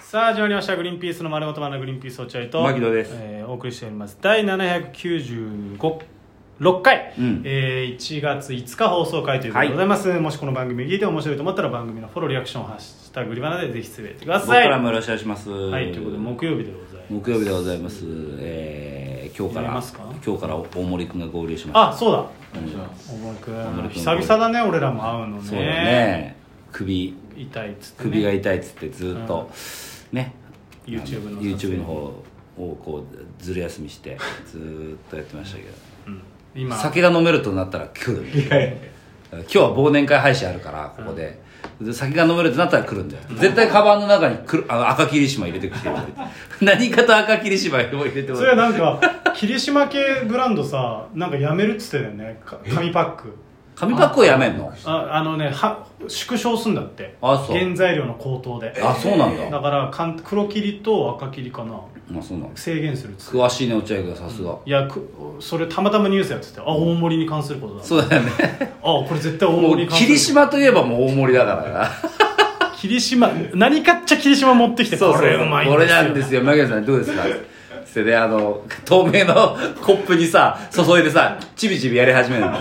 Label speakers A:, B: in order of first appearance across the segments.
A: さあ始まりました「グリーンピースの丸ごとバナナグリーンピース落合」と
B: 牧野です
A: えーお送りしております第795 6回、
B: うん
A: えー1月5日放送回ということでございます、もしこの番組を聞いて面白いと思ったら番組のフォローリアクション「ハッシュタググリバナ」でぜひつぶやいてくだ
B: 僕
A: さい
B: らも
A: は
B: よろしくお願いします
A: いということで木曜日でございます
B: 木曜日でございます、えー、今日か
A: や
B: ら
A: りますか
B: 今日から大森くんが合流しまし
A: あそうだ
B: た
A: 大森
B: 大
A: 君
B: 森君
A: 久々だね俺らも会うのね
B: そうだね首
A: 痛いっつって、ね、
B: 首が痛いっつってずっと、ね
A: YouTube の撮影
B: YouTube の方をこうずる休みしてずーっとやってましたけど
A: うん今
B: 酒が飲めるとなったら来る
A: いやいや
B: 今日は忘年会配信あるからここで,、で酒が飲めるってなったら来るんだよ絶対カバンの中にくるあの赤霧島入れてきてる 何かと赤霧島を入れても
A: それはなんか霧島系ブランドさなんかやめるっつってたよねか紙パック
B: 紙パックをやめんの
A: ああのねは縮小すんだって
B: あそう
A: 原材料の高騰で
B: あそうなんだ
A: だからかん黒霧と赤霧かな
B: まあそうなんです
A: 制限するっつって
B: 詳しいね落合君さすが、
A: いやくそれたまたまニュースやっててあ大盛りに関することだな
B: そうだよね
A: あこれ絶対大
B: も
A: 盛
B: う
A: りに関する
B: 霧島といえばもう大盛りだからな
A: 霧島何かっちゃ霧島持ってきてこれうまい
B: これなんですよマギさんどうですかそれであの透明のコップにさ注いでさチビチビやり始めるの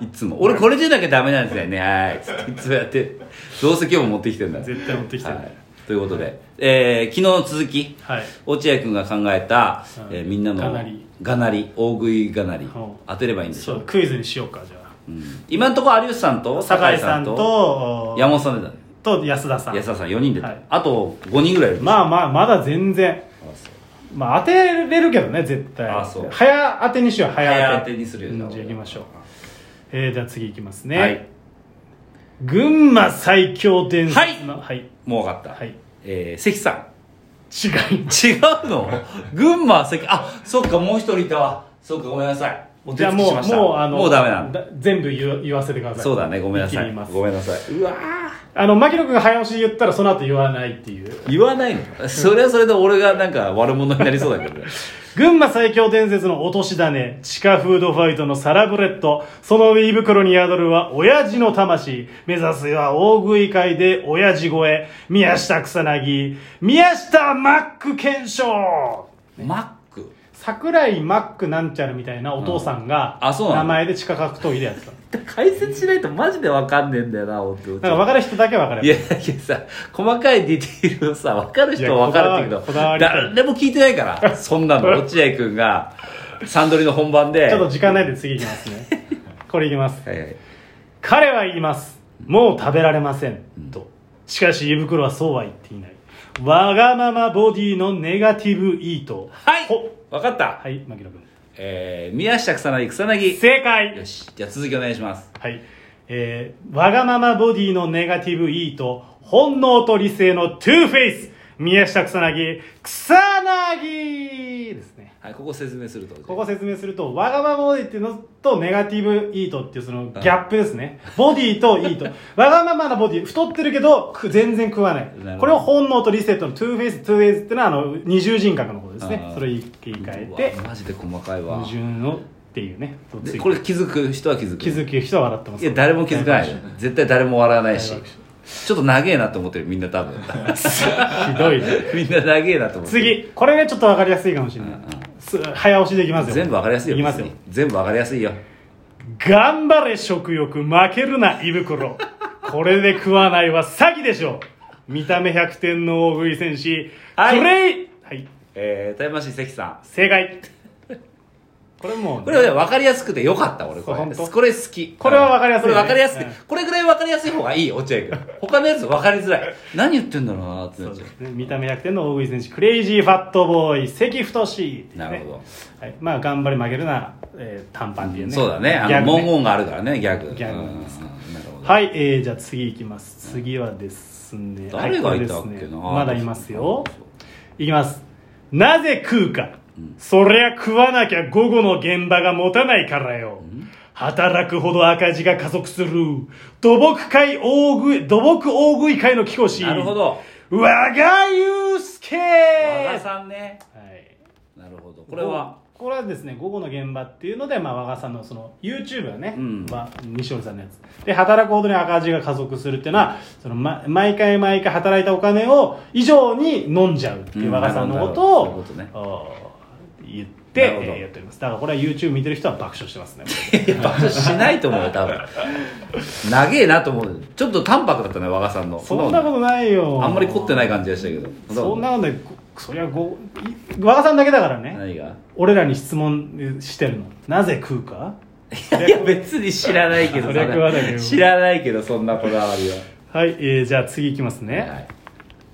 B: いつも俺これじゃなきゃダメなんですよねはいつっていつもやってどうせ今日も持ってきてるんだ
A: 絶対持ってきてる
B: はい、ということで、えー昨日の続き
A: はい
B: 落合君が考えた、えーみんなの
A: がなり
B: がなり大食いがなり
A: ほう
B: 当てればいいんでし
A: そ
B: ょ
A: うクイズにしようかじゃ
B: うん今のところ有吉さんと
A: あ酒井さんと
B: 山本さんでだね
A: と安田さん
B: 安田さん4人で、
A: はい
B: あと5人ぐらいいる
A: まあまあまだ全然まあ当てれるけどね絶対
B: あそう
A: 早当てにしよう早当て
B: 早当てにするよ
A: うんじゃあ行きましょうえー、じゃあ次いきますね、
B: はい
A: 群馬最強伝説のはい、
B: もう分かった、
A: はい
B: えー関さん
A: 違い
B: 違 うの群馬関あそっかもう一人いたわそっかごめんなさいお手
A: じゃあ
B: つき
A: も
B: し
A: う
B: ました
A: もうあの
B: もうダメなんだ
A: だ全部言わ言わせてください
B: そうだねごめんな
A: 一気に
B: さ
A: 言
B: い
A: ます
B: ごめんなさいうわ
A: あの牧野君が早押し言ったらその後言わないっていう
B: 言わな いのそれはそれで俺がなんか悪者になりそうだけどね
A: 群馬最強伝説の落とし種地下フードファイトのサラブレッドその胃袋に宿るは親父の魂目指すは大食い界で親父超え宮下草薙宮下マック検証
B: マック
A: 桜井マックなんちゃらみたいなお父さんが
B: うんあそうなの
A: 名前で地下格闘技でやってただ
B: 解説しないとマジで分かんねえんだよな本当
A: から分かる人だけ分か
B: い
A: る
B: やいやさ細かいディテールをさ分かる人は分かるんだけ
A: こ
B: ど
A: だわりこだわり
B: 誰でも聞いてないからそんな の落合君がサンドリの本番で
A: ちょっと時間ないんで次いきますねこれいきます
B: はいはい
A: 彼は言いますもう食べられません、としかし胃袋はそうは言っていないわがままボディのネガティブイート
B: はい
A: ほ
B: 分かった、
A: はい牧野君
B: えー、宮下草薙草薙
A: 正解
B: よしじゃあ続きお願いします
A: はいえー、わがままボディのネガティブイート本能と理性のトゥーフェイス宮下草薙草薙ですね
B: はいここ説明すると
A: ここ説明すると、わがままボディっていうのとネガティブイートっていうそのギャップですね。ボディとイ ート。わがままなボディ、太ってるけど、く全然食わない
B: ほど。
A: これを本能とリセットのトゥーフェイス、トゥーウェイズっていうのはあの二重人格のことです
B: あ
A: ね
B: ー。
A: それを言い換えて
B: うわ、マジで細かいわ
A: 矛盾をっていうね。
B: でこれ気づく人は気づく
A: 気づく人は笑ってます。
B: いや誰も気づかないよ絶対誰も笑わないし
A: 大爆
B: ちょっと長えなと思ってるみんな 多分
A: ひどいね。
B: みんな長えなと思ってる
A: 次、これねちょっとわかりやすいかもしれない。す早押しでいきますよ。
B: 全部わかりやすいよ
A: いきます
B: 別
A: よ
B: に。全部わかりやすいよ
A: 頑張れ食欲負けるな胃袋これで食わないは詐欺でしょう見た目100点の大食い戦士
B: はい
A: クレイはい
B: えー、タイムマシーン関さ
A: 正解これもうね、
B: んこれはね分かりやすくてよかった俺こ
A: そう本
B: れ
A: 当
B: これ好き
A: これは分かりやすいね
B: これ分かりやすくて
A: うん
B: これぐらい分かりやすい方がいい落合 君他のやつ分かりづらい何言ってんだろうなってなっちゃ
A: ね見た目100点の大食い戦士クレイジーファットボーイ関太志っていううね
B: なるほど、
A: はい、まあ頑張れ負けるな、えー短パンっていうね
B: そうだねあ
A: ギャ
B: の
A: グね
B: 文言があるからねギャグ
A: ギャグ
B: うんうんうんなるほど
A: はい、えー、じゃあ次いきます次はですね
B: 誰がいた
A: は
B: っ
A: これで
B: け
A: す
B: な
A: ねまだいますよいきますなぜ食うか、そりゃ食わなきゃ午後の現場が持たないからよ、働くほど赤字が加速する土木界大食い土木大食い界の貴公子
B: なるほど
A: 我が祐介
B: 和賀さんね
A: はい
B: なるほどこれは
A: これはですね午後の現場っていうので、まあ、和賀さんのその YouTube がね、
B: うん
A: まあ西堀さんのやつで働くほどに赤字が加速するっていうのはその、ま、毎回毎回働いたお金を以上に飲んじゃうっていう和賀さんのこと
B: うんなるほ
A: を
B: どそういう、
A: あー言って。
B: なるほど
A: えーやっておりますだからこれは YouTube 見てる人は爆笑してますね
B: いや 爆笑しないと思うよ多分長えなと思うちょっと淡白だったね和賀さんの
A: そんなことないよ
B: あんまり凝ってないい感じでしたけど
A: そんなのでこそりゃごい和賀さんだけだからね、
B: 何が
A: 俺らに質問してるのなぜ食うか
B: いや別に知らないけど
A: そりゃ食わないけど
B: 知らないけどそんなこだわりは
A: はい、えーじゃあ次いきますね、
B: はい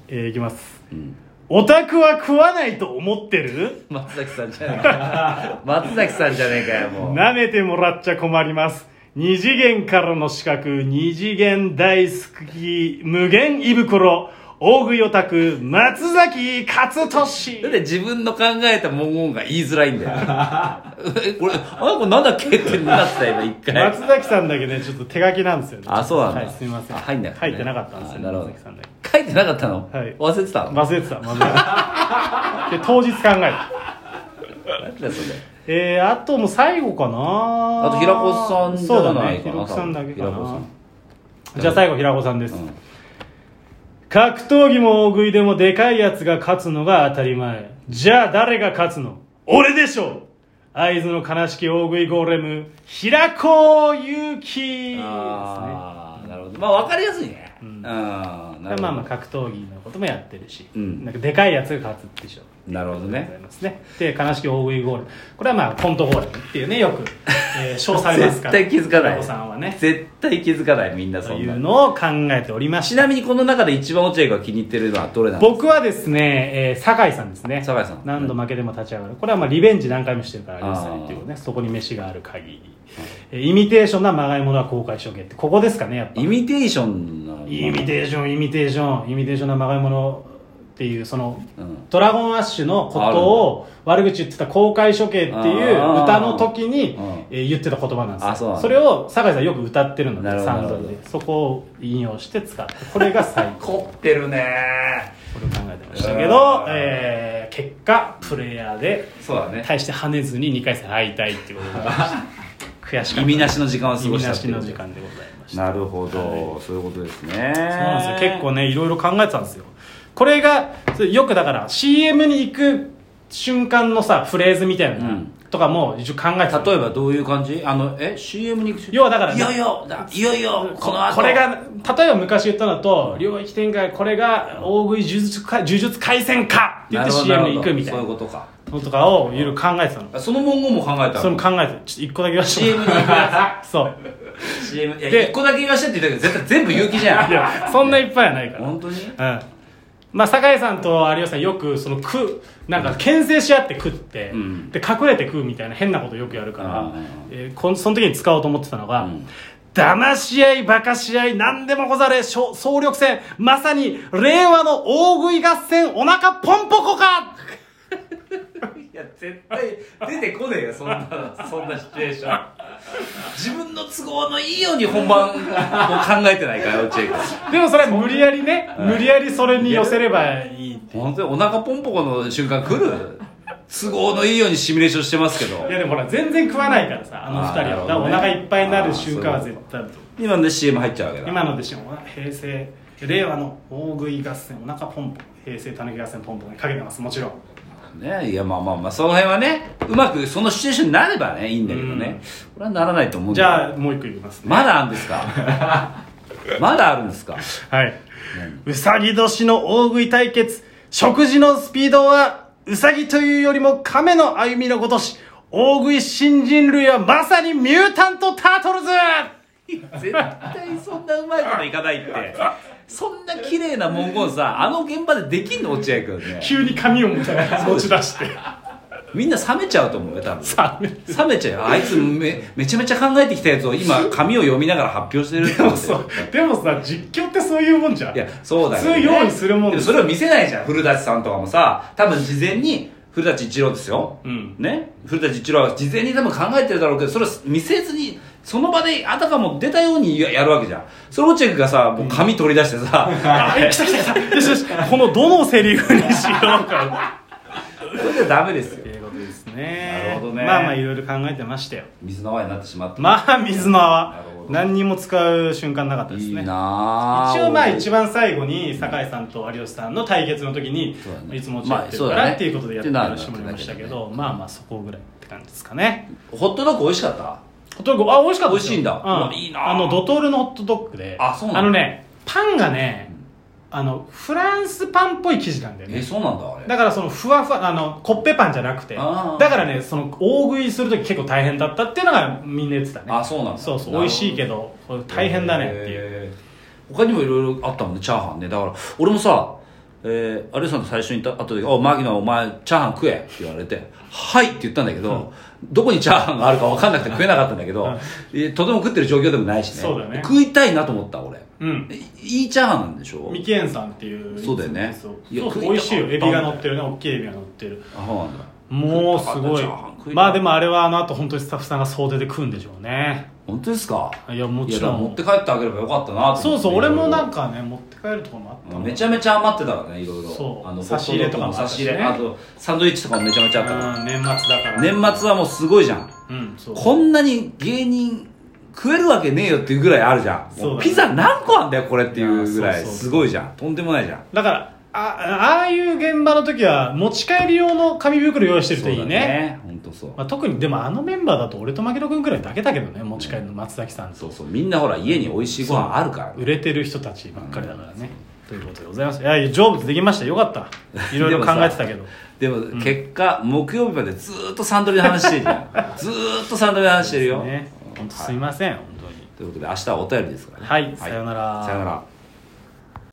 A: えーいきます
B: うん
A: オタクは食わないと思ってる
B: 松崎さんじゃねえか松崎さんじゃねえかよもう
A: 舐めてもらっちゃ困ります二次元からの資格二次元大好き無限胃袋大食いオタク松崎勝
B: だっ
A: 利
B: て自分の考えた文言が言いづらいん だよえこれあこれなんだっけってなってた今一回
A: 松崎さんだけねちょっと手書きなんですよね
B: あそうなんだ
A: はいすみません
B: あ入んなかったね
A: 入ってなかったんですよ、
B: あなるほど
A: 松崎さんだけ
B: 書いてなかったの、
A: はい
B: 忘れてたの
A: 忘れてた忘れ てたで当日考えた
B: なんだそれ
A: えー、あともう最後かな
B: あと平子さんじ
A: そう
B: ゃ
A: だ
B: ない
A: ね
B: かな
A: 平子さんだけか
B: 平子さ
A: なんじゃあ最後平子さんです、
B: うん
A: 格闘技も大食いでもでかいやつが勝つのが当たり前じゃあ誰が勝つの俺でしょ会津の悲しき大食いゴーレム平子祐希ですね
B: ああなるほどまあ分かりやすいねうんなるほど
A: まあまあ格闘技のこともやってるし、
B: うん
A: なんかでかいやつが勝つでしょ
B: なるほど
A: ござい
B: ね
A: ますねで悲しき大食いゴーレムこれはまあコントゴーレムっていうねよく、 えー、称されます
B: 絶
A: から
B: 対気づかな
A: 平子
B: い
A: さんはね
B: 絶対気づかないみんなそ
A: と
B: ん
A: いう
B: な
A: のを考えておりまし
B: ち
A: た
B: なみにこの中で一番落合が気に入ってるのはどれなの
A: 僕はですね、えー、酒井さんですね
B: 酒井さん
A: 何度負けても立ち上がるこれはまあリベンジ何回もしてるからあります
B: あー
A: ねっていうことねそこに飯がある限り、えーイミテーションなまがいものは公開処刑ってここですかねやっぱ
B: イミテーションなの
A: イミテーションイミテーションイミテーションなまがいものっていうその
B: うん
A: ドラゴンアッシュのことを悪口言ってた公開処刑っていう
B: あー
A: 歌の時に
B: うん、
A: えー言ってた言葉なんですよ
B: あそうなんだ
A: れを酒井さんよく歌ってるの
B: なる
A: で
B: ほど
A: サンド
B: なる
A: でそこを引用して使ってこれが最高
B: 凝ってるね
A: これを考えてましたけど
B: う、ん
A: えー、結果プレイヤーで
B: そうだね
A: 対して跳ねずに2回戦敗退っていうことで 悔しかった
B: 意味なしの時間を過
A: 意
B: ご
A: 味
B: した
A: な
B: って
A: し
B: いう
A: の時間でございました
B: なるほどそういうことですね
A: そうなんですよ結構ねいろいろ考えてたんですよこれがそうよくだから CM に行く瞬間のさフレーズみたいな、
B: うん
A: とかも一応考えてた
B: 例えばどういう感じあのえ CM に行く
A: 要はだから
B: い
A: ね
B: よいよだいよいよこ
A: こ
B: の後
A: これが例えば昔言ったのと領域展開これが大食い呪術か呪術廻戦かって言って CM に行くみたい
B: な
A: な
B: るほどそうい
A: の
B: うことか
A: とかをいろいろ考えてたの
B: あその文言も考えた
A: それ
B: の
A: も考えてちょっと1個だけ言わせて
B: CM に行くや
A: そう
B: CM いや
A: で
B: 一個だけ言わせてって言ったけど絶対全部勇気じゃん
A: いやそんないっぱいはないから
B: 本当に
A: うんまあ酒井さんと有吉さんよくその食うなんか牽制し合って食って、
B: うん
A: で隠れて食うみたいな変なことよくやるから、
B: うん
A: えーこんその時に使おうと思ってたのが、
B: ん
A: 騙し合い馬鹿し合い何でもござれしょ総力戦まさに令和の大食い合戦お腹ポンポコ か
B: いや絶対出てこねえよそんなそんなシチュエーション自分の都合のいいように本番を考えてないから落合君
A: でもそれは無理やりね無理やりそれに寄せればいい
B: 本当にお腹ポンポコの瞬間来る都合のいいようにシミュレーションしてますけど
A: いやでもほら全然食わないからさあの二
B: あ
A: 人はだ
B: ーなる
A: から
B: ほど
A: お
B: ね
A: 腹いっぱいになる瞬間は絶対あると
B: 今ので CM 入っちゃうわけだ
A: 今の弟子も平成令和の大食い合戦お腹ポンポン平成たぬき合戦ポンポンにかけてますもちろん
B: ねいやまあまあまあその辺はねうまくそのシチュエーションになればねいいんだけどね、俺はならないと思うん
A: じ
B: だけど
A: ゃあもう一個いきますね
B: まだあるんですか まだあるんですか
A: はいうんうさぎ年の大食い対決食事のスピードはうさぎというよりも亀の歩みのごとし大食い新人類はまさにミュータント・タートルズ
B: 絶対そんなうまいこといかないってそんな綺麗な文言さあの現場でできんの落合君ね
A: 急に髪を持ち持ち出して
B: みんな冷めちゃうと思うよ多分
A: さあ
B: 冷めちゃうよあいつめめちゃめちゃ考えてきたやつを今紙を読みながら発表してるって
A: で
B: 思
A: も
B: って
A: さでもさ実況ってそういうもんじゃん
B: いやそうだよ、
A: 普通用意するもん
B: で
A: で
B: も
A: す
B: それを見せないじゃん古舘さんとかもさ多分事前に古舘一郎ですよ、
A: うん
B: ね古舘一郎は事前に多分考えてるだろうけどそれを見せずにその場であたかも出たようにややるわけじゃんそれをチェックがさもう紙取り出してさ、
A: あ来た来た来たよしよしこのどのセリフにしようか
B: それじゃダメですよ
A: ということですね
B: どね
A: まあまあいろいろ考えてましたよ
B: 水の泡になってしまった
A: まあ水の泡
B: なるほど
A: 何にも使う瞬間なかったです
B: いい
A: ね
B: なあ
A: 一応まあ一番最後に酒井さんと有吉さんの対決の時に
B: そうだね
A: いつもおっしゃってるか
B: まあそうだ
A: ら
B: ね
A: っていうことでやってらしてもらいましたけどまあまあそこぐらいって感じですかね
B: ホットドッグ美味しかった
A: ホットドッグあ美味しかったですよ
B: 美味しいんだ
A: う
B: うわいいなあ
A: あのドトールのホットドッグであ
B: あそうなの
A: のねパンがねあのフランスパンっぽい生地なんだよ
B: え
A: ね
B: そうなんだあれ
A: だからそのふわふわあのコッペパンじゃなくて
B: あー
A: だからねその大食いする時結構大変だったっていうのがみんな言ってたね
B: あそうなんだ
A: そうそう
B: なるほど
A: 美味しいけどこれ大変だねっていう
B: へー他にもいろいろあったもんねチャーハンねだから俺もさえー、有吉さんと最初に行った後で「おマギノお前チャーハン食え」って言われて「はい」って言ったんだけど、どこにチャーハンがあるか分かんなくて食えなかったんだけど、えーとても食ってる状況でもないしね
A: そうだね
B: 食いたいなと思った俺
A: うん
B: えいいチャーハンなんでしょ
A: ミキエンさんっていう
B: そうだよね
A: そう
B: いや
A: そう
B: 食いたかった
A: 美味しいよエビが乗ってるね大きいエビが乗ってる
B: あそうなんだ
A: もうすご
B: 食
A: い
B: いたかったチャーハン食いたかった
A: まあでもあれはあの後本当にスタッフさんが総出で食うんでしょうね
B: 本当ですか
A: いやも
B: いや
A: ち
B: だか
A: ろ
B: ら持っ
A: ん
B: て帰ってあげればよかったなと思って
A: そうそう俺もなん
B: か
A: かね持って帰るところもあった
B: めちゃめちゃ余ってたからねいろいろ
A: そう
B: あの
A: 差し入れとかもあったしね
B: 差し入れあとサンドイッチとかもめちゃめちゃあったから
A: うん年末だから
B: 年末はもうすごいじゃん
A: うんそう
B: こんなに芸人食えるわけねえよっていうぐらいあるじゃん、
A: そうだね
B: もうピザ何個あんだよこれっていうぐら
A: いや
B: い
A: そうそうそう
B: すごいじゃんとんでもないじゃん
A: だからあああいう現場の時は持ち帰り用の紙袋用意してるといい
B: そうだ
A: ね
B: ね本当そう、
A: まあ、特にでもあのメンバーだと俺と牧野君くらいだけだけどね持ち帰るの松崎さんと
B: そうそうみんなほら家に美味しいご飯あるから
A: 売れてる人たちばっかりだからね、ということでございますいやいや成仏できましたよ かったいろいろ考えてたけど
B: でも結果、木曜日までずーっとサンドリの話してる じゃんずーっとサンドリの話してるよ、
A: ね本当すいません、本当に
B: ということで明日はお便りですからね
A: はいさよなら
B: さよなら